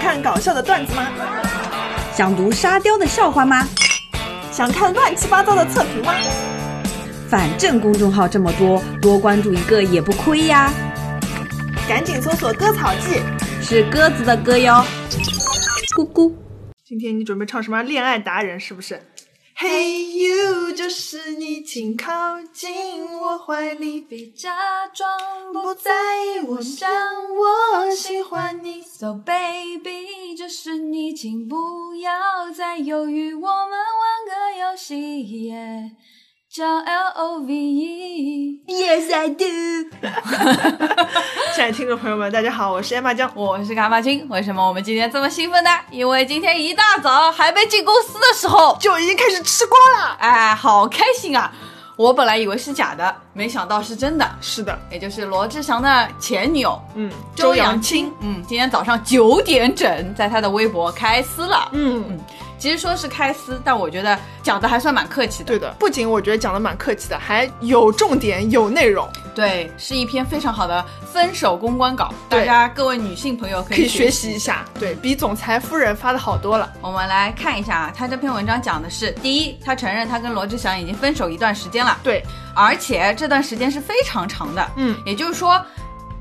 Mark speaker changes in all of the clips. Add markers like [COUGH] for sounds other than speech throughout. Speaker 1: 看搞笑的段子吗？
Speaker 2: 想读沙雕的笑话吗？
Speaker 1: 想看乱七八糟的测评吗？
Speaker 2: 反正公众号这么多，多关注一个也不亏呀。
Speaker 1: 赶紧搜索“割草记
Speaker 2: 是鸽子的歌哟，咕咕。”。
Speaker 1: 今天你准备唱什么恋爱达人是不是？Hey you，就是你，请靠近我怀里，
Speaker 3: 别假装
Speaker 1: 不
Speaker 3: 不
Speaker 1: 在
Speaker 3: 在
Speaker 1: 意
Speaker 3: 意，
Speaker 1: 我
Speaker 3: 我
Speaker 1: 想
Speaker 3: 想
Speaker 1: 我
Speaker 3: 我
Speaker 1: 喜
Speaker 3: 喜
Speaker 1: 欢
Speaker 3: 欢
Speaker 1: 你
Speaker 3: 你。So baby，这是你，请不要再犹豫，我们玩个游戏耶，叫 L O V E。Yes I do。
Speaker 1: 亲爱的听众朋友们，大家好，我是艾玛江。
Speaker 3: 我是嘎巴青，为什么我们今天这么兴奋呢？因为今天一大早还没进公司的时候，
Speaker 1: 就已经开始吃瓜了。
Speaker 3: 哎，好开心啊！我本来以为是假的，没想到是真的，
Speaker 1: 是的，
Speaker 3: 也就是罗志祥的前女友
Speaker 1: 嗯，
Speaker 3: 周
Speaker 1: 扬
Speaker 3: 扬青，嗯，今天早上九点整，在他的微博开撕了。
Speaker 1: 嗯，
Speaker 3: 其实说是开撕，但我觉得讲的还算蛮客气的。
Speaker 1: 对的，不仅我觉得讲的蛮客气的，还有重点有内容，
Speaker 3: 对，是一篇非常好的分手公关稿，大
Speaker 1: 对
Speaker 3: 家各位女性朋友可
Speaker 1: 可以
Speaker 3: 以
Speaker 1: 学
Speaker 3: 学
Speaker 1: 习一下。对比总裁夫人发的好多了。
Speaker 3: 我们来看一下啊，他这篇文章讲的是：第一，他承认他跟罗志祥已经分手一段时间了，
Speaker 1: 对，
Speaker 3: 而且这段时间是非常长的。
Speaker 1: 嗯，
Speaker 3: 也就是说，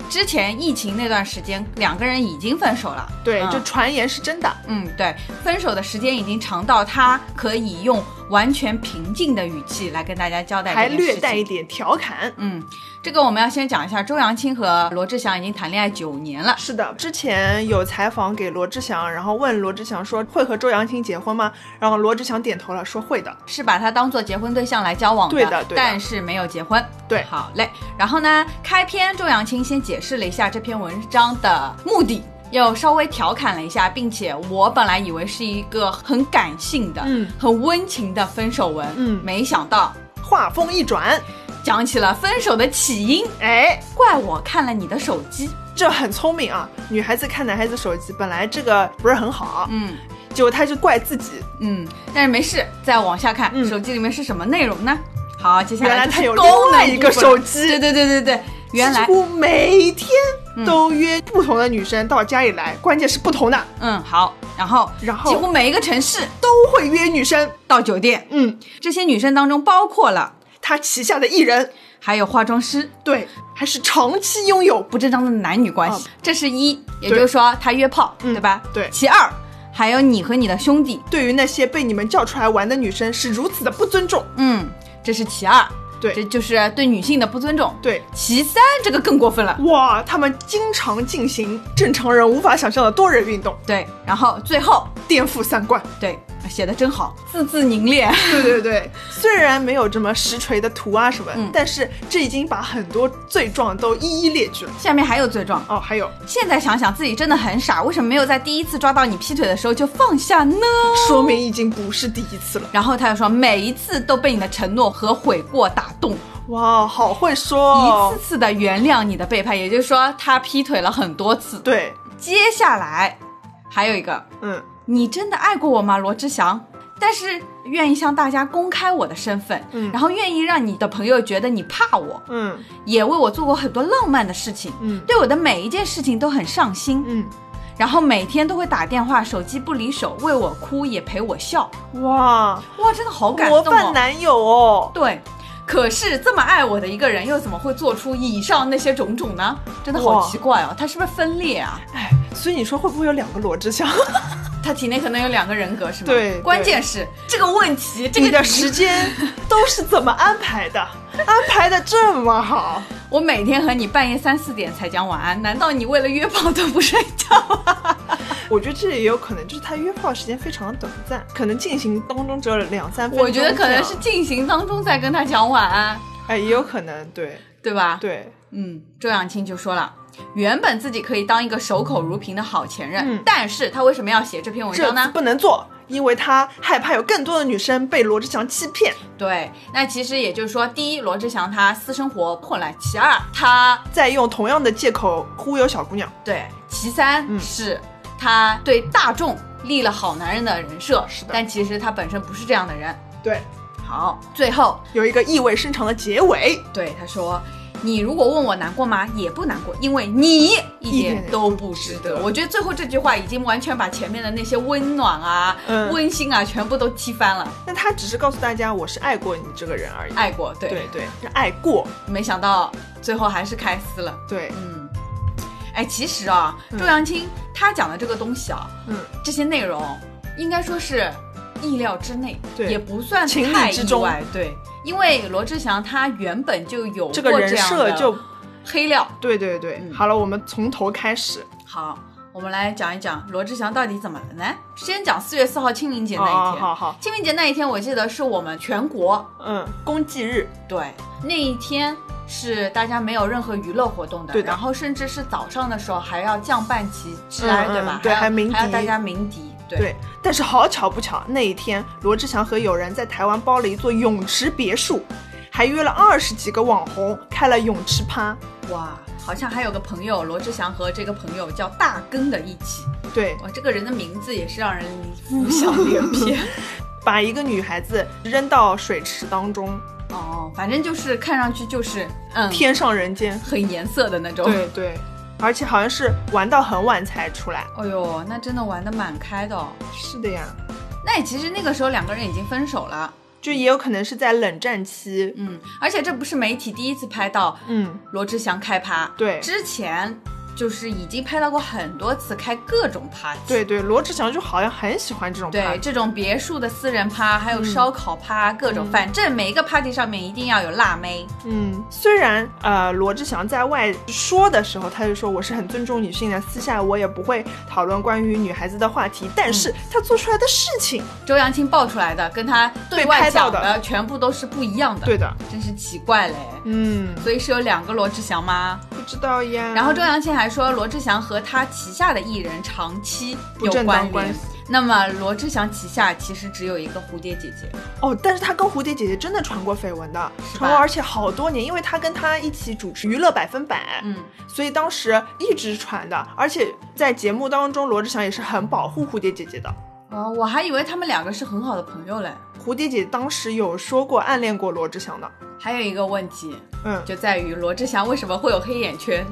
Speaker 3: 之前疫情那段时间，两个人已经分手了。
Speaker 1: 对，
Speaker 3: 嗯
Speaker 1: 就传言是真的。
Speaker 3: 嗯，对，分手的时间已经长到他可以用完全平静的语气来跟大家交代
Speaker 1: 还
Speaker 3: 这件事
Speaker 1: 略
Speaker 3: 情，
Speaker 1: 带一点调侃。
Speaker 3: 嗯，这个我们要先讲一下，周扬青和罗志祥已经谈恋爱九年了。
Speaker 1: 是的，之前有采访给罗志祥，然后问罗志祥说会和周扬青结婚吗？然后罗志祥点头了，说会的。
Speaker 3: 是把他当做结婚对象来交往的，
Speaker 1: 对的对的
Speaker 3: 但是没有结婚。
Speaker 1: 对
Speaker 3: 好嘞。然后呢，开篇周扬青先解释了一下这篇文章的目的。又稍微调侃了一下，并且我本来以为是一个很感性的、
Speaker 1: 嗯
Speaker 3: 很温情的分手文，
Speaker 1: 嗯
Speaker 3: 没想到
Speaker 1: 话锋一转，
Speaker 3: 讲起了分手的起因，
Speaker 1: 哎，
Speaker 3: 怪我看了你的手机。
Speaker 1: 这很聪明啊！女孩子看男孩子手机，本来这个不是很好，
Speaker 3: 嗯
Speaker 1: 结果他就怪自己，
Speaker 3: 嗯，但是没事，再往下看，
Speaker 1: 嗯
Speaker 3: 手机里面是什么内容呢？好，接下
Speaker 1: 原来
Speaker 3: 来就
Speaker 1: 他
Speaker 3: 是
Speaker 1: 有
Speaker 3: 功
Speaker 1: 另外
Speaker 3: 能
Speaker 1: 一个
Speaker 3: 部分
Speaker 1: 手机
Speaker 3: 对对对对对，原来
Speaker 1: 几乎每天都约不同的女生到家里来，关键是不同的
Speaker 3: 嗯，好，然后
Speaker 1: 然后
Speaker 3: 几乎每一个城市
Speaker 1: 都会约女生。
Speaker 3: 到酒店，
Speaker 1: 嗯，
Speaker 3: 这些女生当中包括了
Speaker 1: 他旗下的艺人，
Speaker 3: 还有化妆师，
Speaker 1: 对，还是长期拥有
Speaker 3: 不正当的男女关系，这是一，也就是说他约炮，
Speaker 1: 哦嗯
Speaker 3: 对吧？
Speaker 1: 对
Speaker 3: 其二，还有你和你的兄弟，
Speaker 1: 对于那些被你们叫出来玩的女生是如此的不尊重。
Speaker 3: 嗯，这是其二，
Speaker 1: 对
Speaker 3: 这就是对女性的不尊重。
Speaker 1: 对，
Speaker 3: 其三，这个更过分了，
Speaker 1: 哇，他们经常进行正常人无法想象的多人运动，
Speaker 3: 对，然后最后，
Speaker 1: 颠覆三观。
Speaker 3: 对，写的真好，字字凝练。
Speaker 1: 对对对， [LAUGHS] 虽然没有这么实锤的图啊什么，
Speaker 3: 嗯
Speaker 1: 但是这已经把很多罪状都一一列举了。
Speaker 3: [LAUGHS] 下面还有罪状，
Speaker 1: 哦，还有，
Speaker 3: 现在想想自己真的很傻，为什么没有在第一次抓到你劈腿的时候就放下呢？
Speaker 1: 说明已经不是第一次了。
Speaker 3: 然后他又说，每一次都被你的承诺和悔过打动，
Speaker 1: 哇，好会说、哦，
Speaker 3: 一次次的原谅你的背叛，也就是说他劈腿了很多次。，
Speaker 1: 对，
Speaker 3: 接下来还有一个，
Speaker 1: 嗯，
Speaker 3: 你真的爱过我吗，罗志祥？但是愿意向大家公开我的身份，
Speaker 1: 嗯
Speaker 3: 然后愿意让你的朋友觉得你怕我，
Speaker 1: 嗯
Speaker 3: 也为我做过很多浪漫的事情，
Speaker 1: 嗯
Speaker 3: 对我的每一件事情都很上心，
Speaker 1: 嗯，
Speaker 3: 然后每天都会打电话，手机不离手，为我哭也陪我笑。
Speaker 1: 哇，
Speaker 3: 哇，真的好感动、
Speaker 1: 模
Speaker 3: 哦！
Speaker 1: 范男友哦，
Speaker 3: 对，可是这么爱我的一个人，又怎么会做出以上那些种种呢？真的好
Speaker 1: 哇
Speaker 3: 奇怪哦，他是不是分裂啊？
Speaker 1: 哎，所以你说会不会有两个罗志祥？
Speaker 3: 他体内可能有两个人格是吗？
Speaker 1: 对对
Speaker 3: 关键是这个问题，这
Speaker 1: 你
Speaker 3: 个
Speaker 1: 的
Speaker 3: 题
Speaker 1: 时，间都是怎么安排
Speaker 3: [LAUGHS]
Speaker 1: 的？安排的这么好，
Speaker 3: 我每天和你半夜三四点才讲晚安，难道你为了约炮都不睡觉 [LAUGHS] 吗？
Speaker 1: 我觉得这也有可能，就是他约炮时间非常的短暂，可能进行当中只有两三分钟。
Speaker 3: 我觉得可能是，进行当中在跟他讲晚安，
Speaker 1: 哎，也有可能，对
Speaker 3: 对吧？
Speaker 1: 对，
Speaker 3: 嗯，周扬青就说了。原本自己可以当一个守口如瓶的好前任，
Speaker 1: 嗯
Speaker 3: 但是他为什么要写这篇文
Speaker 1: 这
Speaker 3: 章呢
Speaker 1: 次？不能做，因为他害怕有更多的女生被罗志祥欺骗。
Speaker 3: 对，那其实也就是说，第一，罗志祥他私生活混乱；其二，他
Speaker 1: 再用同样的借口忽悠小姑娘，
Speaker 3: 对；其三、
Speaker 1: 嗯
Speaker 3: 是他对大众立了好男人的人设，
Speaker 1: 是的
Speaker 3: 但其实他本身不是这样的人。
Speaker 1: 对，
Speaker 3: 好，最后
Speaker 1: 有一个意味深长的结尾。
Speaker 3: 对他说。你如果问我难过吗？也不难过，因为你一
Speaker 1: 一点
Speaker 3: 点都不值得。我觉得最后这句话已经完全把前面的那些温暖啊、
Speaker 1: 嗯
Speaker 3: 温馨啊，全部都踢翻了。
Speaker 1: 那他只是告诉大家我是爱过你这个人而已。
Speaker 3: 爱过，对，
Speaker 1: 对对，是爱过。
Speaker 3: 没想到最后还是开撕了。
Speaker 1: 对，
Speaker 3: 嗯，哎，其实啊，周扬青他讲的这个东西啊，
Speaker 1: 嗯，
Speaker 3: 这些内容应该说是意料之内，
Speaker 1: 对
Speaker 3: 也不算
Speaker 1: 情理
Speaker 3: 太
Speaker 1: 之
Speaker 3: 意
Speaker 1: 中
Speaker 3: 外，对，因为罗志祥他原本就有
Speaker 1: 这个
Speaker 3: 过
Speaker 1: 人
Speaker 3: 样
Speaker 1: 设
Speaker 3: 的
Speaker 1: 就
Speaker 3: 黑料。
Speaker 1: 对对对。
Speaker 3: 嗯
Speaker 1: 好了，我们从头开始。
Speaker 3: 好，我们来讲一讲罗志祥到底怎么了呢？先讲四月四号清明节那一
Speaker 1: 哦，
Speaker 3: 天，
Speaker 1: 好好，
Speaker 3: 清明节那一天我记得是我们全国
Speaker 1: 嗯，公祭日，
Speaker 3: 对，那一天是大家没有任何娱乐活动的，
Speaker 1: 对的
Speaker 3: 然后甚至是早上的时候还要降半旗致哀，
Speaker 1: 嗯嗯
Speaker 3: 对吧？
Speaker 1: 对
Speaker 3: 还
Speaker 1: 还
Speaker 3: 要
Speaker 1: 鸣
Speaker 3: 还要
Speaker 1: 笛
Speaker 3: 大家鸣笛，对。
Speaker 1: 对。但是好巧不巧，那一天罗志祥和友人在台湾包了一座泳池别墅，还约了二十几个网红开了泳池趴。
Speaker 3: 哇，好像还有个朋友罗志祥和这个朋友叫大根的一起，
Speaker 1: 对，
Speaker 3: 哇，这个人的名字也是让人浮想联
Speaker 1: [LAUGHS]
Speaker 3: 翩。
Speaker 1: 把一个女孩子扔到水池当中，
Speaker 3: 哦，反正就是看上去就是嗯，
Speaker 1: 天上人间。
Speaker 3: 很颜色的那种。
Speaker 1: 对对，而且好像是玩到很晚才出来。
Speaker 3: 哎呦，那真的玩的蛮开的、哦。
Speaker 1: 是的呀，
Speaker 3: 那其实那个时候两个人已经分手了，
Speaker 1: 就也有可能是在冷战期。
Speaker 3: 嗯，而且这不是媒体第一次拍到
Speaker 1: 嗯，
Speaker 3: 罗志祥开趴，
Speaker 1: 对
Speaker 3: 之前就是已经拍到过很多次开各种 party，
Speaker 1: 对对，罗志祥就好像很喜欢这种
Speaker 3: 对
Speaker 1: party。
Speaker 3: 这种别墅的私人趴，还有烧烤趴，各种，反正每一个 party 上面一定要有辣妹，
Speaker 1: 嗯，虽然呃，罗志祥在外说的时候，他就说我是很尊重女性的，私下我也不会讨论关于女孩子的话题，但
Speaker 3: 嗯
Speaker 1: 是他做出来的事情，
Speaker 3: 周扬青爆出来的跟他对
Speaker 1: 被
Speaker 3: 外
Speaker 1: 拍到
Speaker 3: 讲
Speaker 1: 的
Speaker 3: 的全部都是不一样的，
Speaker 1: 对，的，
Speaker 3: 真是奇怪嘞。
Speaker 1: 嗯，
Speaker 3: 所以是有两个罗志祥吗？
Speaker 1: 不知道呀。
Speaker 3: 然后周扬青还说，罗志祥和他旗下的艺人长期
Speaker 1: 不
Speaker 3: 有
Speaker 1: 正
Speaker 3: 关
Speaker 1: 当
Speaker 3: 联。
Speaker 1: 关系
Speaker 3: 那么罗志祥旗下其实只有一个蝴蝶姐姐，
Speaker 1: 哦，但是他跟蝴蝶姐姐真的传过绯闻的，
Speaker 3: 是
Speaker 1: 传
Speaker 3: 吧
Speaker 1: 过，而且好多年，因为他跟他一起主持《娱乐百分百》，
Speaker 3: 嗯，
Speaker 1: 所以当时一直传的，而且在节目当中，罗志祥也是很保护蝴蝶姐姐的。
Speaker 3: 哦，我还以为他们两个是很好的朋友嘞。
Speaker 1: 蝴蝶姐当时有说过暗恋过罗志祥的，
Speaker 3: 还有一个问题
Speaker 1: 嗯，
Speaker 3: 就在于罗志祥为什么会有黑眼圈？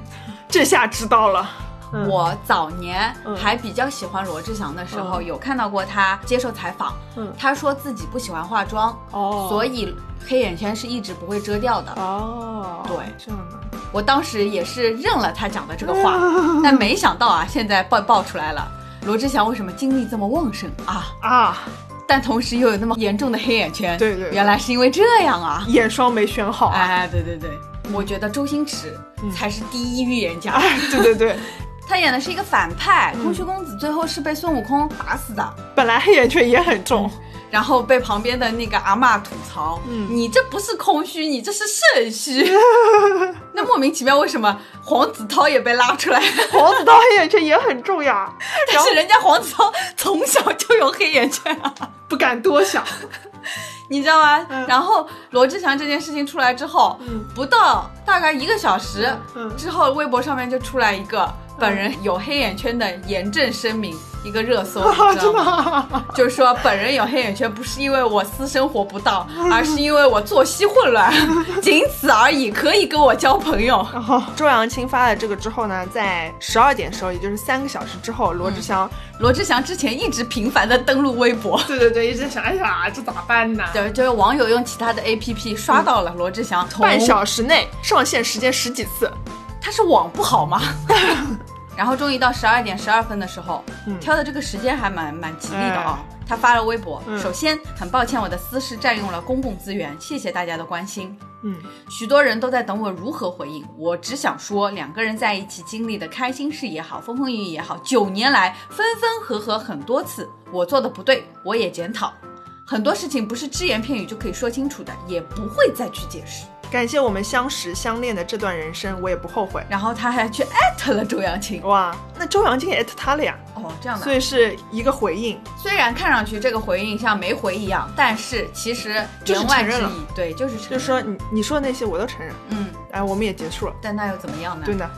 Speaker 1: 这下知道了。嗯
Speaker 3: 我早年
Speaker 1: 嗯
Speaker 3: 还比较喜欢罗志祥的时候，
Speaker 1: 嗯
Speaker 3: 有看到过他接受采访，
Speaker 1: 嗯
Speaker 3: 他说自己不喜欢化妆，
Speaker 1: 哦
Speaker 3: 所以黑眼圈是一直不会遮掉的。
Speaker 1: 哦，
Speaker 3: 对，
Speaker 1: 这样的，
Speaker 3: 我当时也是认了他讲的这个
Speaker 1: 哎
Speaker 3: 话，但没想到啊，现在爆爆出来了。罗志祥为什么精力这么旺盛啊？
Speaker 1: 啊，
Speaker 3: 但同时又有那么严重的黑眼圈？
Speaker 1: 对对对
Speaker 3: 原来是因为这样啊！
Speaker 1: 眼霜没选好啊，
Speaker 3: 哎，对对对，嗯我觉得周星驰才是第一预言 [LAUGHS] 家。
Speaker 1: 哎， [LAUGHS] 对对对，
Speaker 3: 他演的是一个反派，空虚公子最后是被孙悟空打死的，
Speaker 1: 本来黑眼圈也很重，
Speaker 3: 然后被旁边的那个阿嬷吐槽：“
Speaker 1: 嗯
Speaker 3: 你这不是空虚，你这是肾 [LAUGHS] 虚。”那莫名其妙，为什么黄子韬也被拉 [LAUGHS] 出来？
Speaker 1: 黄子韬黑眼圈也很重呀，然
Speaker 3: 但
Speaker 1: 后
Speaker 3: 是人家黄子韬从小就有黑眼圈啊，
Speaker 1: 不敢多 [LAUGHS] 想，
Speaker 3: 你知道吗？
Speaker 1: 嗯
Speaker 3: 然后罗志祥这件事情出来之后，
Speaker 1: 嗯
Speaker 3: 不到大概一个小时、
Speaker 1: 嗯嗯
Speaker 3: 之后，微博上面就出来一个本人有黑眼圈的严正声明，一个热
Speaker 1: [LAUGHS]
Speaker 3: 搜，你知道
Speaker 1: 真的
Speaker 3: 吗？
Speaker 1: 啊，
Speaker 3: 就是说本人有黑眼圈不是因为我私生活
Speaker 1: [LAUGHS]
Speaker 3: 不当，
Speaker 1: 嗯
Speaker 3: 而是因为我作息混乱，仅此而已，可以跟我交朋友。
Speaker 1: 然后周扬青发了这个之后呢，在十二点的时候，也就是三个小时之后，罗志祥，
Speaker 3: 罗志祥之前一直频繁的登录微博。
Speaker 1: 嗯
Speaker 3: [LAUGHS]
Speaker 1: 对对对，一直在想，哎呀，这咋办呢
Speaker 3: 对，就是网友用其他的 A P P 刷到了罗志祥，从
Speaker 1: 半小时内上线时间十几次，
Speaker 3: 他是网不好吗？ [LAUGHS] 然后终于到十二点十二分的时候，
Speaker 1: 嗯
Speaker 3: 挑的这个时间还蛮蛮吉利的啊、他发了微博，
Speaker 1: 嗯
Speaker 3: 首先很抱歉我的私事占用了公共资源，谢谢大家的关心。
Speaker 1: 嗯，
Speaker 3: 许多人都在等我如何回应，我只想说，两个人在一起经历的开心事也好，风风雨雨也好，九年来分分合合很多次，我做的不对，我也检讨。很多事情不是只言片语就可以说清楚的，也不会再去解释。
Speaker 1: 感谢我们相识相恋的这段人生，我也不后悔。
Speaker 3: 然后他还去艾特了周扬青。
Speaker 1: 哇，那周扬青也艾特他了呀，
Speaker 3: 哦，这样的啊。
Speaker 1: 所以是一个回应。
Speaker 3: 虽然看上去这个回应像没回一样，但是其实
Speaker 1: 就是
Speaker 3: 言外
Speaker 1: 承
Speaker 3: 之
Speaker 1: 认了
Speaker 3: 意，对，就是承认
Speaker 1: 就是说你你说的那些我都承认，
Speaker 3: 嗯，
Speaker 1: 哎，我们也结束了，
Speaker 3: 但那又怎么样呢？
Speaker 1: 对呢，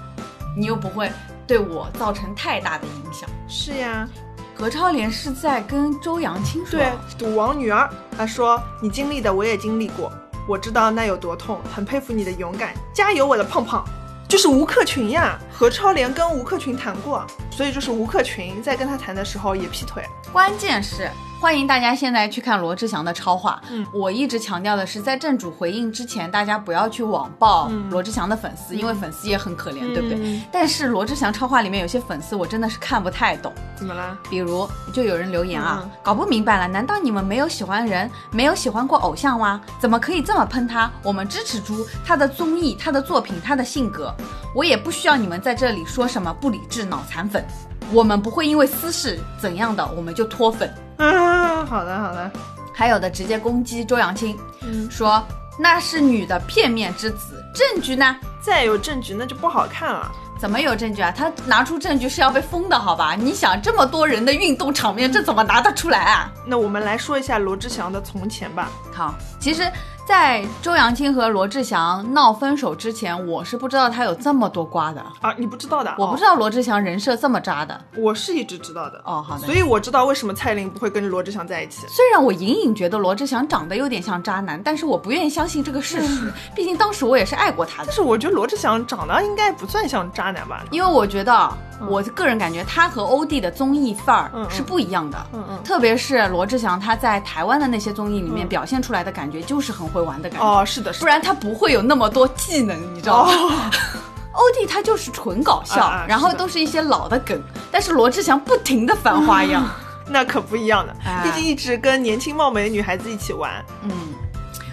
Speaker 3: 你又不会对我造成太大的影响。
Speaker 1: 是呀，
Speaker 3: 何超莲是在跟周扬青说，
Speaker 1: 对，赌王女儿，她说你经历的我也经历过，我知道那有多痛，很佩服你的勇敢，加油，我的胖胖。”就是吴克群呀，何超莲跟吴克群谈过，所以就是吴克群在跟他谈的时候也劈腿。
Speaker 3: 关键是，欢迎大家现在去看罗志祥的超话。嗯，我一直强调的是，在正主回应之前，大家不要去网暴罗志祥的粉丝，因为粉丝也很可怜，对不对
Speaker 1: 嗯？
Speaker 3: 但是罗志祥超话里面有些粉丝，我真的是看不太懂。
Speaker 1: 怎么啦？
Speaker 3: 比如，就有人留言啊，
Speaker 1: 嗯
Speaker 3: 搞不明白了，难道你们没有喜欢人，没有喜欢过偶像吗？怎么可以这么喷他？我们支持猪，他的综艺、他的作品、他的性格，我也不需要你们在这里说什么不理智、脑残粉，我们不会因为私事怎样的，我们就脱粉。
Speaker 1: 啊，好的好的，
Speaker 3: 还有的直接攻击周扬青，
Speaker 1: 嗯，
Speaker 3: 说那是女的片面之词，证据呢？
Speaker 1: 再有证据那就不好看了。
Speaker 3: 怎么有证据啊？他拿出证据是要被封的，好吧？你想这么多人的运动场面，这怎么拿得出来啊？
Speaker 1: 那我们来说一下罗志祥的《从前》吧。
Speaker 3: 好，其实，在周扬青和罗志祥闹分手之前，我是不知道他有这么多瓜的，
Speaker 1: 啊，你不知道的，
Speaker 3: 我不知道罗志祥人设这么渣的。
Speaker 1: 道，我是一直知道的。
Speaker 3: 哦，好的
Speaker 1: 所。以我知道为什么蔡琳不会跟罗志祥在一起。
Speaker 3: 虽然我隐隐觉得罗志祥长得有点像渣男，但是我不愿意相信这个事实，毕竟当时我也是爱过他的
Speaker 1: 但。是我觉得罗志祥长得应该不算像渣男吧？
Speaker 3: 因为我觉得，我个人感觉他和欧弟的综艺范
Speaker 1: 嗯
Speaker 3: 儿
Speaker 1: 嗯
Speaker 3: 是不一样的，
Speaker 1: 嗯嗯
Speaker 3: 特别是罗志祥他在台湾的那些综艺里面
Speaker 1: 嗯
Speaker 3: 表现出来的感觉，就是很会玩的感觉，
Speaker 1: 哦，是的，是的
Speaker 3: 嗯不然他不会有那么多技能，你知道吗？
Speaker 1: 哦，
Speaker 3: [LAUGHS] 欧弟他就是纯搞笑，
Speaker 1: 啊啊
Speaker 3: 然后
Speaker 1: 是的
Speaker 3: 都是一些老的梗，但是罗志祥不停的翻花样，
Speaker 1: [LAUGHS] 那可不一样的，
Speaker 3: 哎
Speaker 1: 毕竟一直跟年轻貌美的女孩子一起玩。
Speaker 3: 嗯。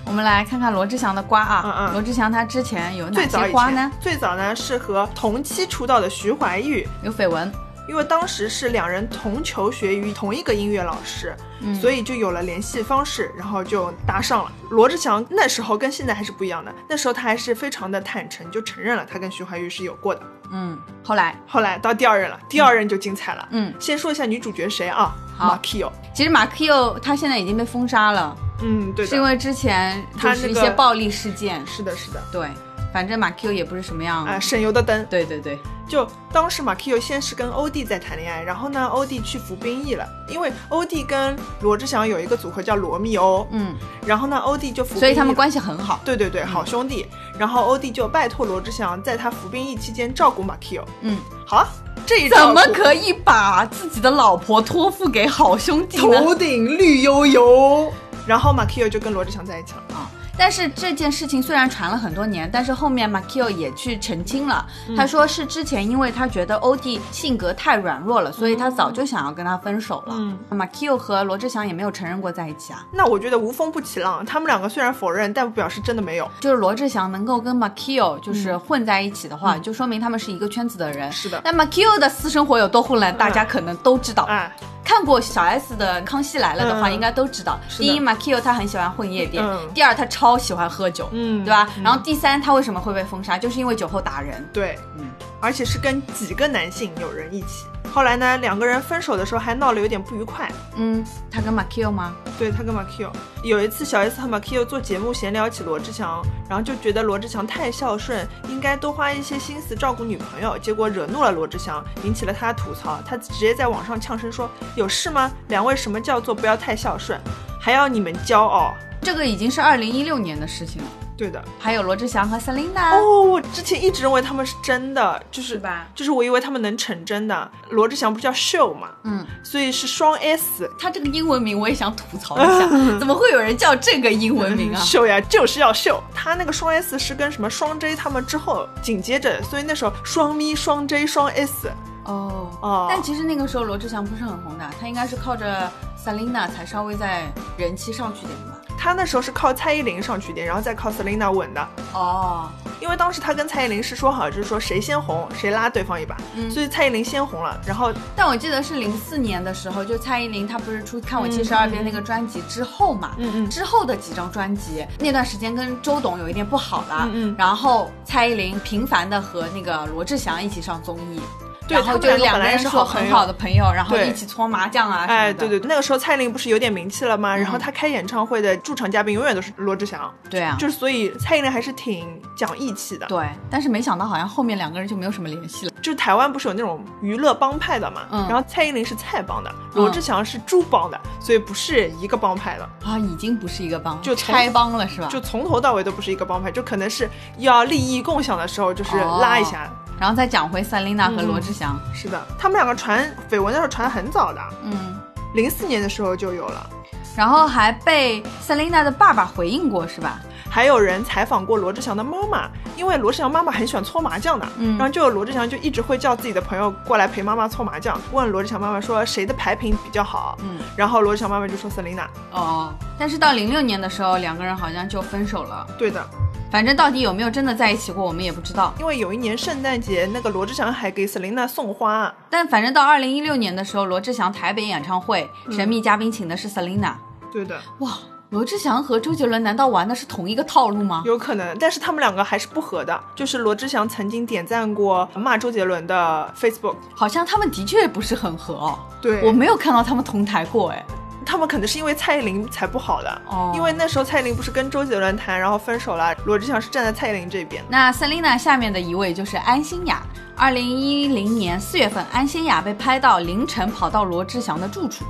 Speaker 3: 我们来看看罗志祥的瓜啊，
Speaker 1: 嗯嗯
Speaker 3: 罗志祥他之前有
Speaker 1: 最
Speaker 3: 哪
Speaker 1: 早
Speaker 3: 些
Speaker 1: 以
Speaker 3: 瓜呢
Speaker 1: 前？，最早呢是和同期出道的徐怀钰，
Speaker 3: 有绯闻，
Speaker 1: 因为当时是两人同求学于同一个音乐老师，
Speaker 3: 嗯
Speaker 1: 所以就有了联系方式，然后就搭上了。罗志祥那时候跟现在还是不一样的，那时候他还是非常的坦诚，就承认了他跟徐怀钰是有过的。
Speaker 3: 嗯，后来，
Speaker 1: 后来到第二任了，第二任就精彩了。
Speaker 3: 嗯，
Speaker 1: 先说一下女主角谁啊？
Speaker 3: 好
Speaker 1: 马 Q。
Speaker 3: 其实马奎佑他现在已经被封杀了，
Speaker 1: 嗯，对的，
Speaker 3: 是因为之前就
Speaker 1: 他
Speaker 3: 是
Speaker 1: 那
Speaker 3: 一
Speaker 1: 个
Speaker 3: 些暴力事件，
Speaker 1: 是的，是的，
Speaker 3: 对，反正马奎佑也不是什么样，
Speaker 1: 啊，省油的灯。
Speaker 3: 对对对，
Speaker 1: 就当时马 Q 先是跟欧弟在谈恋爱，然后呢，欧弟去服兵役了，因为欧弟跟罗志祥有一个组合叫罗密欧，
Speaker 3: 嗯，
Speaker 1: 然后呢，欧弟就服兵役了，
Speaker 3: 所以他们关系很好，
Speaker 1: 对对对，好兄弟。然后欧弟就拜托罗志祥在他服兵役期间照顾马 Q。
Speaker 3: 嗯，
Speaker 1: 好啊，这一
Speaker 3: 怎么
Speaker 1: 照顾
Speaker 3: 可以把自己的老婆托付给好兄弟呢？
Speaker 1: 头顶绿油油？然后马 Q 就跟罗志祥在一起了。
Speaker 3: 啊。但是这件事情虽然传了很多年，但是后面 Makio 也去澄清了，
Speaker 1: 嗯
Speaker 3: 他说是之前因为他觉得欧弟性格太软弱了，所以他早就想要跟他分手了。
Speaker 1: 嗯
Speaker 3: Makio 和罗志祥也没有承认过在一起啊，
Speaker 1: 那我觉得无风不起浪，他们两个虽然否认，但不表示真的没有。
Speaker 3: 就是罗志祥能够跟 Makio 就是混在一起的话，就说明他们是一个圈子的人。
Speaker 1: 嗯是的
Speaker 3: 那 Makio 的私生活有多混乱，大家可能都知道。
Speaker 1: 哎，
Speaker 3: 看过小 S 的《康熙来了》的话，
Speaker 1: 嗯
Speaker 3: 应该都知道。
Speaker 1: 是的
Speaker 3: 第一，Makio 他很喜欢混夜店；
Speaker 1: 嗯
Speaker 3: 第二，他超喜欢喝酒，
Speaker 1: 嗯
Speaker 3: 对吧？然后第三，他为什么会被封杀，就是因为酒后打人。
Speaker 1: 对，
Speaker 3: 嗯
Speaker 1: 而且是跟几个男性友人一起。后来呢，两个人分手的时候还闹得有点不愉快。
Speaker 3: 嗯，他跟 Makio 吗？
Speaker 1: 对他跟马 Q 有一次，小 S 和马 Q 做节目闲聊起罗志祥，然后就觉得罗志祥太孝顺，应该多花一些心思照顾女朋友，结果惹怒了罗志祥，引起了他的吐槽。他直接在网上呛声说：“有事吗？两位什么叫做不要太孝顺，还要你们骄傲
Speaker 3: 这个已经是二零一六年的事情了。？”
Speaker 1: 对的。
Speaker 3: 还有罗志祥和 Selina，、
Speaker 1: 哦，我之前一直认为他们是真的，就是
Speaker 3: 啊是吧
Speaker 1: 就是我以为他们能成真的。罗志祥不是叫秀嘛，
Speaker 3: 嗯，
Speaker 1: 所以是双 S。
Speaker 3: 他这个英文名我也想吐槽
Speaker 1: [LAUGHS]
Speaker 3: 一下，怎么会有人叫这个英文名啊？
Speaker 1: 秀呀，就是要秀。他那个双 S 是跟什么双 J 他们之后紧接着，所以那时候双咪、双 J、双 S
Speaker 3: 哦
Speaker 1: 哦
Speaker 3: 但其实那个时候罗志祥不是很红的，他应该是靠着 Selina 才稍微在人气上去点的吧。
Speaker 1: 他那时候是靠蔡依林上去点，然后再靠 Selina 稳的。
Speaker 3: 哦，
Speaker 1: 因为当时他跟蔡依林是说好，就是说谁先红谁拉对方一把，
Speaker 3: 嗯
Speaker 1: 所以蔡依林先红了，然后
Speaker 3: 但我记得是零四年的时候，就蔡依林她不是出《看我七十二变》那个专辑之后嘛，
Speaker 1: 嗯嗯
Speaker 3: 之后的几张专辑那段时间跟周董有一点不好了，
Speaker 1: 嗯嗯
Speaker 3: 然后蔡依林频繁的和那个罗志祥一起上综艺，
Speaker 1: 对
Speaker 3: 然后就两个人是好很好的朋友，然后
Speaker 1: 对
Speaker 3: 一起搓麻将啊什么的。
Speaker 1: 哎，对对，对那个时候蔡琳不是有点名气了吗？然后她开演唱会的驻场嘉宾永远都是罗志祥，
Speaker 3: 对啊，
Speaker 1: 就是所以蔡依林还是挺讲义气的。
Speaker 3: 对。但是没想到好像后面两个人就没有什么联系了。
Speaker 1: 就是台湾不是有那种娱乐帮派的嘛，
Speaker 3: 嗯
Speaker 1: 然后蔡依林是蔡帮的，罗志祥是朱帮的，所以不是一个帮派的，
Speaker 3: 啊，已经不是一个帮，
Speaker 1: 就从
Speaker 3: 拆帮了是吧？
Speaker 1: 就从头到尾都不是一个帮派，就可能是要利益共享的时候就是
Speaker 3: 哦
Speaker 1: 拉一下。
Speaker 3: 然后再讲回赛琳娜
Speaker 1: 嗯
Speaker 3: 和罗志祥，
Speaker 1: 是的，他们两个传绯闻的时候传得很早的，
Speaker 3: 嗯，
Speaker 1: 零四年的时候就有了。
Speaker 3: 然后还被赛琳娜的爸爸回应过是吧？
Speaker 1: 还有人采访过罗志祥的妈妈，因为罗志祥妈妈很喜欢搓麻将的，
Speaker 3: 嗯
Speaker 1: 然后就有罗志祥就一直会叫自己的朋友过来陪妈妈搓麻将，问罗志祥妈妈说谁的牌品比较好，
Speaker 3: 嗯，
Speaker 1: 然后罗志祥妈妈就说 Selina，
Speaker 3: 哦，但是到零六年的时候，两个人好像就分手了。
Speaker 1: 对的，
Speaker 3: 反正到底有没有真的在一起过，我们也不知道。
Speaker 1: 因为有一年圣诞节那个罗志祥还给 Selina 送花，
Speaker 3: 但反正到二零一六年的时候，罗志祥台北演唱会，神秘嘉宾请的是 Selina。
Speaker 1: 对的，
Speaker 3: 哇，罗志祥和周杰伦难道玩的是同一个套路吗？
Speaker 1: 有可能，但是他们两个还是不和的，就是罗志祥曾经点赞过骂周杰伦的 Facebook，
Speaker 3: 好像他们的确不是很合哦。
Speaker 1: 对
Speaker 3: 我没有看到他们同台过哎。
Speaker 1: 他们可能是因为蔡依林才不好的，
Speaker 3: 哦
Speaker 1: 因为那时候蔡依林不是跟周杰伦谈，然后分手了，罗志祥是站在蔡依林这边。
Speaker 3: 那 Selina 下面的一位就是安心雅。二零一零年四月份，安心雅被拍到凌晨跑到罗志祥的住处，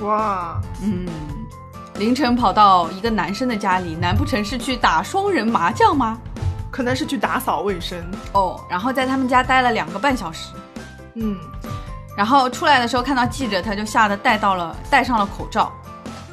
Speaker 1: 哇，
Speaker 3: 嗯，凌晨跑到一个男生的家里，难不成是去打双人麻将吗？
Speaker 1: 可能是去打扫卫生。
Speaker 3: 哦，然后在他们家待了两个半小时，
Speaker 1: 嗯，
Speaker 3: 然后出来的时候看到记者，他就吓得戴到了戴上了口罩。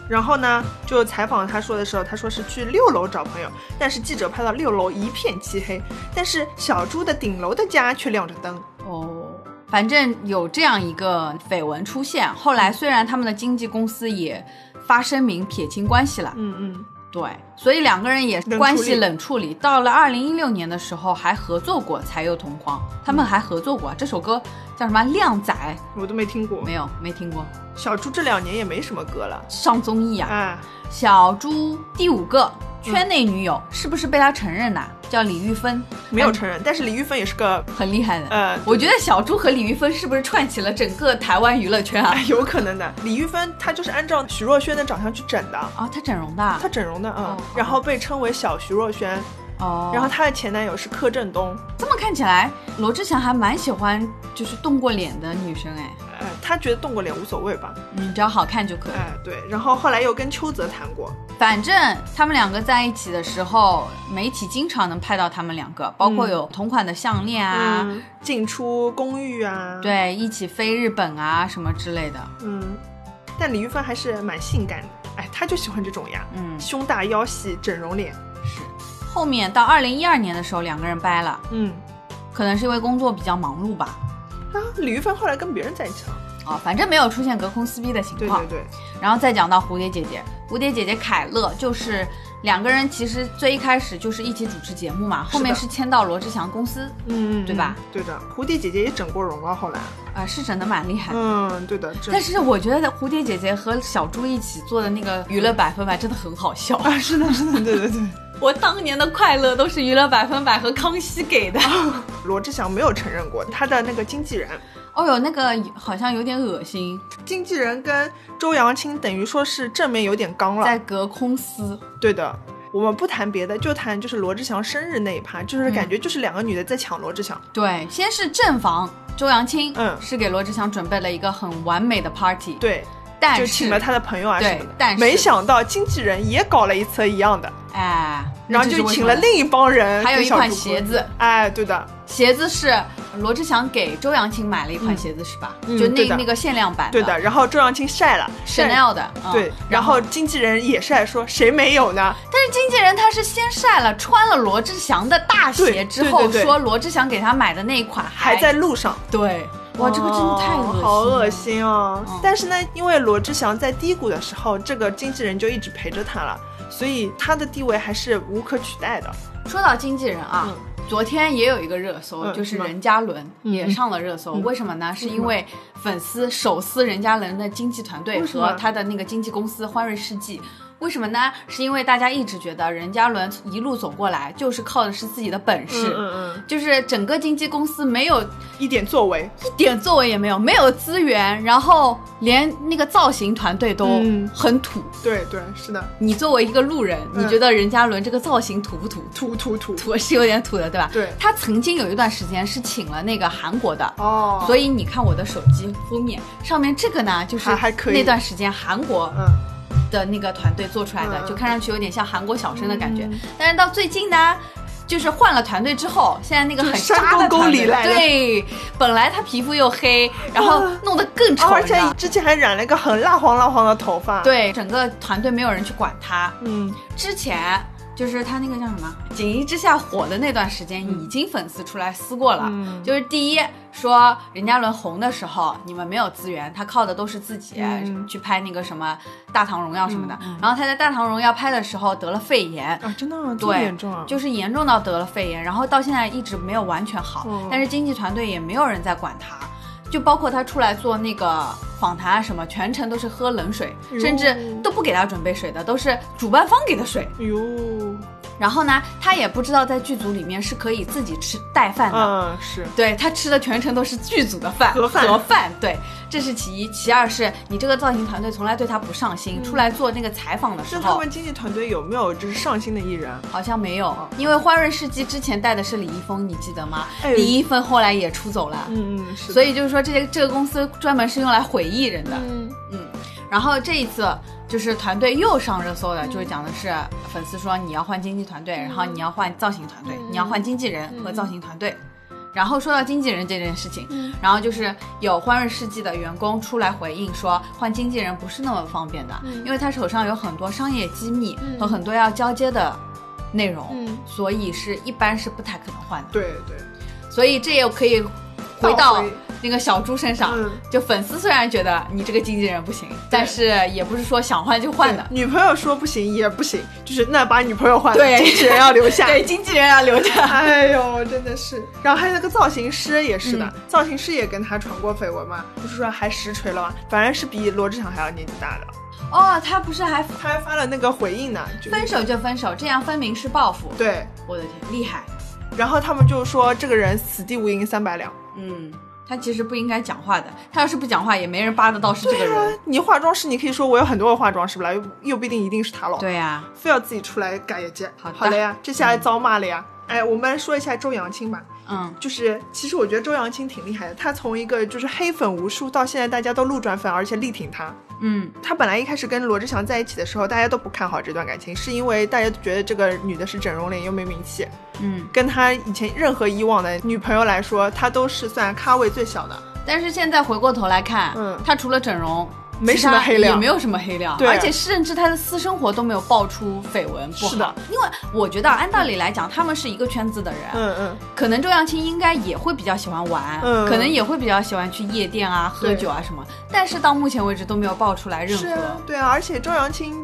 Speaker 1: 然后呢，就采访他说的时候，他说是去六楼找朋友，但是记者拍到六楼一片漆黑，但是小猪的顶楼的家却亮着灯。
Speaker 3: 哦，反正有这样一个绯闻出现。后来虽然他们的经纪公司也发声明撇清关系了，
Speaker 1: 嗯嗯，
Speaker 3: 对，所以两个人也
Speaker 1: 冷
Speaker 3: 关
Speaker 1: 处
Speaker 3: 系
Speaker 1: 理
Speaker 3: 冷处理。到了二零一六年的时候，还合作过，才有同框。他们还合作过，这首歌叫什么？靓仔
Speaker 1: 我都没听过。
Speaker 3: 没有没听过，
Speaker 1: 小猪这两年也没什么歌了。
Speaker 3: 上综艺啊。
Speaker 1: 啊，
Speaker 3: 小猪第五个圈内女友、是不是被他承认呐、叫李玉芬，
Speaker 1: 没有承认，但是李玉芬也是个，
Speaker 3: 很厉害的。
Speaker 1: 呃，
Speaker 3: 我觉得小猪和李玉芬是不是串起了整个台湾娱乐圈啊？
Speaker 1: 哎有可能的。李玉芬她就是按照徐若瑄的长相去整的，
Speaker 3: 啊，她整容的啊
Speaker 1: 她整容的啊，
Speaker 3: 哦
Speaker 1: 然后被称为小徐若瑄。
Speaker 3: 哦，
Speaker 1: 然后她的前男友是柯震东，
Speaker 3: 这么看起来，罗志祥还蛮喜欢就是动过脸的女生哎，
Speaker 1: 呃，他觉得动过脸无所谓吧？
Speaker 3: 嗯，只要好看就可以。
Speaker 1: 哎、对。然后后来又跟邱泽谈过，
Speaker 3: 反正他们两个在一起的时候，媒体经常能拍到他们两个，包括
Speaker 1: 嗯
Speaker 3: 有同款的项链啊，
Speaker 1: 嗯，进出公寓啊，，
Speaker 3: 对，一起飞日本啊什么之类的。
Speaker 1: 嗯，但李玉芬还是蛮性感的，哎，她就喜欢这种呀，
Speaker 3: 嗯，
Speaker 1: 胸大腰细，整容脸，
Speaker 3: 是。后面到二零一二年的时候，两个人掰了，
Speaker 1: 嗯，
Speaker 3: 可能是因为工作比较忙碌吧。
Speaker 1: 啊，李玉芬后来跟别人在一起了，
Speaker 3: 啊、反正没有出现隔空撕逼的情
Speaker 1: 对
Speaker 3: 况。
Speaker 1: 对对，
Speaker 3: 然后再讲到蝴蝶姐姐，蝴蝶姐姐凯乐就是两个人，其实最一开始就是一起主持节目嘛，后面
Speaker 1: 是
Speaker 3: 是签到罗志祥公司，
Speaker 1: 嗯，
Speaker 3: 对吧？
Speaker 1: 对的，蝴蝶姐姐也整过容了，后来，
Speaker 3: 啊、是整的蛮厉害的。
Speaker 1: 嗯，对的，整
Speaker 3: 但是我觉得蝴蝶姐姐和小猪一起做的那个娱乐百分百真的很好笑，
Speaker 1: 啊，是的，是的，对对对。
Speaker 3: [LAUGHS] 我当年的快乐都是娱乐百分百和康熙
Speaker 1: [LAUGHS]
Speaker 3: 给的。
Speaker 1: 罗志祥没有承认过他的那个经纪人，
Speaker 3: 哦哟，那个好像有点恶心，
Speaker 1: 经纪人跟周扬青等于说是正面有点刚了，
Speaker 3: 在隔空撕。
Speaker 1: 对的，我们不谈别的，就谈就是罗志祥生日那一趴，就是
Speaker 3: 嗯
Speaker 1: 感觉就是两个女的在抢罗志祥。
Speaker 3: 对，先是正房周扬青，
Speaker 1: 嗯
Speaker 3: 是给罗志祥准备了一个很完美的 party，，
Speaker 1: 对，
Speaker 3: 但
Speaker 1: 就是请了他的朋友啊
Speaker 3: 对
Speaker 1: 什么的，
Speaker 3: 但是
Speaker 1: 没想到经纪人也搞了一次一样的，
Speaker 3: 哎，
Speaker 1: 然后
Speaker 3: 这是
Speaker 1: 就
Speaker 3: 为什
Speaker 1: 请
Speaker 3: 么
Speaker 1: 了另一帮人，
Speaker 3: 还有一款鞋子。
Speaker 1: 哎，对的，
Speaker 3: 鞋子是罗志祥给周扬青买了一款鞋子、是吧？
Speaker 1: 嗯
Speaker 3: 就那
Speaker 1: 对的
Speaker 3: 那个限量版
Speaker 1: 对的。然后周扬青晒了晒
Speaker 3: 嗯 Chanel 的，嗯
Speaker 1: 对，然后经纪人也晒说谁没有呢？
Speaker 3: 但是经纪人他是先晒了穿了罗志祥的大鞋
Speaker 1: 对
Speaker 3: 之后，
Speaker 1: 对对对
Speaker 3: 说罗志祥给他买的那一款还
Speaker 1: 还在路上，
Speaker 3: 对，哇，这个真的太恶
Speaker 1: 哦
Speaker 3: 心了，
Speaker 1: 好恶。心哦
Speaker 3: 嗯！
Speaker 1: 但是呢，因为罗志祥在低谷的时候，这个经纪人就一直陪着他了，所以他的地位还是无可取代的。
Speaker 3: 说到经纪人啊。昨天也有一个热搜，
Speaker 1: 嗯
Speaker 3: 就是
Speaker 1: 是吗
Speaker 3: 任嘉伦
Speaker 1: 嗯
Speaker 3: 也上了热搜，为什么呢？是因为粉丝手撕任嘉伦的经纪团队
Speaker 1: 为什么
Speaker 3: 和他的那个经纪公司欢瑞世纪为什么呢？是因为大家一直觉得任嘉伦一路走过来就是靠的是自己的本事，
Speaker 1: 嗯嗯嗯，
Speaker 3: 就是整个经纪公司没有
Speaker 1: 一点作为，
Speaker 3: 一点作为也没有，没有资源，然后连那个造型团队都
Speaker 1: 嗯
Speaker 3: 很土。
Speaker 1: 对对是的，
Speaker 3: 你作为一个路人，
Speaker 1: 嗯
Speaker 3: 你觉得任嘉伦这个造型土不土？
Speaker 1: 土土土
Speaker 3: 土 [LAUGHS] 是有点土的，对吧？
Speaker 1: 对
Speaker 3: 他曾经有一段时间是请了那个韩国的。
Speaker 1: 哦，
Speaker 3: 所
Speaker 1: 以
Speaker 3: 以你看我的手机封面上面这个呢，就是
Speaker 1: 还还可以
Speaker 3: 那段时间韩国
Speaker 1: 嗯
Speaker 3: 的那个团队做出来的，
Speaker 1: 嗯
Speaker 3: 就看上去有点像韩国小生的感觉。但是到最近呢，就是换了团队之后，现在那个很
Speaker 1: 就是山
Speaker 3: 渣的
Speaker 1: 沟
Speaker 3: 团
Speaker 1: 沟里
Speaker 3: 队，
Speaker 1: 来的
Speaker 3: 对，本来他皮肤又黑，然后弄得更丑
Speaker 1: 哦，
Speaker 3: 了。
Speaker 1: 而且之前还染了一个很蜡黄蜡黄的头发，，
Speaker 3: 对，整个团队没有人去管他。
Speaker 1: 嗯
Speaker 3: 之前就是他那个叫什么《锦衣之下》火的那段时间，已经粉丝出来撕过了。
Speaker 1: 嗯
Speaker 3: 就是第一说任嘉伦红的时候，你们没有资源，他靠的都是自己、
Speaker 1: 嗯
Speaker 3: 去拍那个什么《大唐荣耀》什么的。然后他在《大唐荣耀》拍的时候得了肺炎。
Speaker 1: 啊，真的啊这么
Speaker 3: 对，
Speaker 1: 严重啊，
Speaker 3: 就是严重到得了肺炎，然后到现在一直没有完全好，
Speaker 1: 嗯
Speaker 3: 但是经济团队也没有人在管他，就包括他出来做那个访谈啊什么，全程都是喝冷水，
Speaker 1: 哟
Speaker 3: 甚至都不给他准备水的，都是主办方给的水。
Speaker 1: 哎呦，
Speaker 3: 然后呢，他也不知道在剧组里面是可以自己吃带饭的。
Speaker 1: 嗯是，
Speaker 3: 对他吃的全程都是剧组的饭，
Speaker 1: 盒饭
Speaker 3: 对，这是其一。其二是你这个造型团队从来对他不上心，出来做那个采访的时
Speaker 1: 那嗯
Speaker 3: 候，
Speaker 1: 他们经纪团队有没有就是上新的艺人？啊
Speaker 3: 好像没有，因为花润世纪之前带的是李易峰，你记得吗？
Speaker 1: 哎
Speaker 3: 李易峰后来也出走了，
Speaker 1: 嗯嗯是的，
Speaker 3: 所以就是说这个这个公司专门是用来毁艺人的。
Speaker 1: 嗯
Speaker 3: 然后这一次就是团队又上热搜了，就是讲的是粉丝说你要换经纪团队，然后你要换造型团队，你要换经纪人和造型团队。然后说到经纪人这件事情，然后就是有欢润世纪的员工出来回应说，换经纪人不是那么方便的，因为他手上有很多商业机密和很多要交接的内容，所以是一般是不太可能换的。
Speaker 1: 对对，
Speaker 3: 所以这也可以回
Speaker 1: 倒
Speaker 3: 到
Speaker 1: 回
Speaker 3: 那个小猪身上。
Speaker 1: 嗯
Speaker 3: 就粉丝虽然觉得你这个经纪人不行，但是也不是说想换就换的。
Speaker 1: 女朋友说不行也不行，就是那把女朋友换了，
Speaker 3: 对
Speaker 1: 经纪人要留下。 [LAUGHS]
Speaker 3: 对，经纪人要留着。
Speaker 1: 哎呦，真的是。然后还有那个造型师也是的，
Speaker 3: 嗯
Speaker 1: 造型师也跟他传过绯闻嘛，不是说还实锤了吗？反正是比罗志祥还要年纪大的，
Speaker 3: [LAUGHS] 哦，他不是还
Speaker 1: 他还发了那个回应呢，就
Speaker 3: 分手就分手，这样分明是报复。，
Speaker 1: 对。
Speaker 3: 我的天，厉害。
Speaker 1: 然后他们就说这个人死地无银三百两。
Speaker 3: 嗯，他其实不应该讲话的，他要是不讲话，也没人扒得到是这个人。
Speaker 1: 啊你化妆师，你可以说我有很多个化妆师不啦，又又不一定一定是他老婆。
Speaker 3: 对啊呀、
Speaker 1: 非要自己出来改一接。
Speaker 3: 好的
Speaker 1: 好了呀，这下挨遭骂了呀。哎，我们说一下周扬青吧，
Speaker 3: 嗯，
Speaker 1: 就是其实我觉得周扬青挺厉害的，她从一个就是黑粉无数，到现在大家都路转粉，而且力挺她。
Speaker 3: 嗯
Speaker 1: 她本来一开始跟罗志祥在一起的时候，大家都不看好这段感情，是因为大家都觉得这个女的是整容脸又没名气，
Speaker 3: 嗯。
Speaker 1: 跟她以前任何以往的女朋友来说，她都是算咖位最小的。
Speaker 3: 但是现在回过头来看，
Speaker 1: 嗯
Speaker 3: 他除了整容。
Speaker 1: 没
Speaker 3: 其
Speaker 1: 什么
Speaker 3: 他
Speaker 1: 黑料
Speaker 3: 也没有什么黑料，
Speaker 1: 对
Speaker 3: 而且甚至他的私生活都没有爆出绯闻不好。
Speaker 1: 是的，
Speaker 3: 因为我觉得按道理来讲，他们是一个圈子的人，
Speaker 1: 嗯嗯，
Speaker 3: 可能周扬青应该也会比较喜欢玩，
Speaker 1: 嗯
Speaker 3: 可能也会比较喜欢去夜店啊、喝
Speaker 1: 对
Speaker 3: 酒啊什么，但是到目前为止都没有爆出来任
Speaker 1: 是啊
Speaker 3: 何。，
Speaker 1: 对啊，而且周扬青。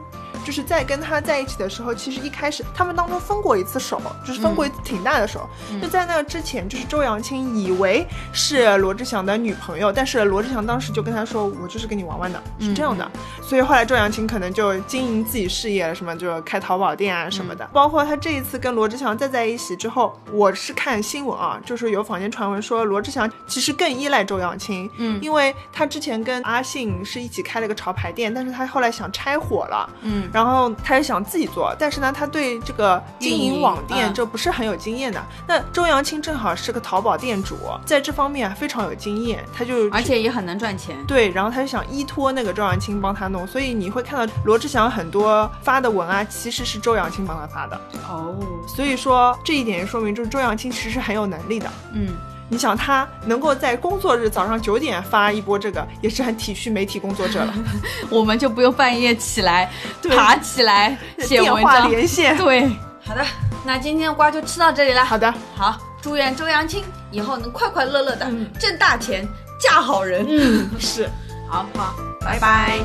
Speaker 1: 就是在跟他在一起的时候，其实一开始他们当中分过一次手，就是分过一次挺大的手。就在那之前，就是周扬青以为是罗志祥的女朋友，但是罗志祥当时就跟他说：“我就是跟你玩玩的，是这样的。所以后来周扬青可能就经营自己事业了，什么就开淘宝店啊什
Speaker 3: 嗯
Speaker 1: 么的。包括他这一次跟罗志祥再在一起之后，我是看新闻啊，就是有坊间传闻说罗志祥其实更依赖周扬青，嗯，因为他之前跟阿信是一起开了个潮牌店，但是他后来想拆伙了，
Speaker 3: 嗯，
Speaker 1: 然后他也想自己做，但是呢，他对这个经营网
Speaker 3: 运营
Speaker 1: 店
Speaker 3: 嗯
Speaker 1: 这不是很有经验的。那周扬青正好是个淘宝店主，在这方面啊非常有经验，他就
Speaker 3: 而且也很能赚钱。
Speaker 1: 对，然后他就想依托那个周扬青帮他弄，所以你会看到罗志祥很多发的文啊，其实是周扬青帮他发的。
Speaker 3: 哦，
Speaker 1: 所以说这一点也说明，就是周扬青其实是很有能力的。
Speaker 3: 嗯，
Speaker 1: 你想，他能够在工作日早上九点发一波这个，也是很体恤媒体工作者了。
Speaker 3: 我们就不用半夜起来
Speaker 1: 对
Speaker 3: 爬起来 [LAUGHS] 写
Speaker 1: [LAUGHS] 电
Speaker 3: 文
Speaker 1: 话
Speaker 3: 章。
Speaker 1: 连线，
Speaker 3: 对，好的，那今天的瓜就吃到这里了。
Speaker 1: 好的，
Speaker 3: 好，祝愿周扬青以后能快快乐乐的
Speaker 1: 嗯
Speaker 3: [LAUGHS] 挣大钱，嫁好人。
Speaker 1: 嗯，是。
Speaker 3: 好好，拜拜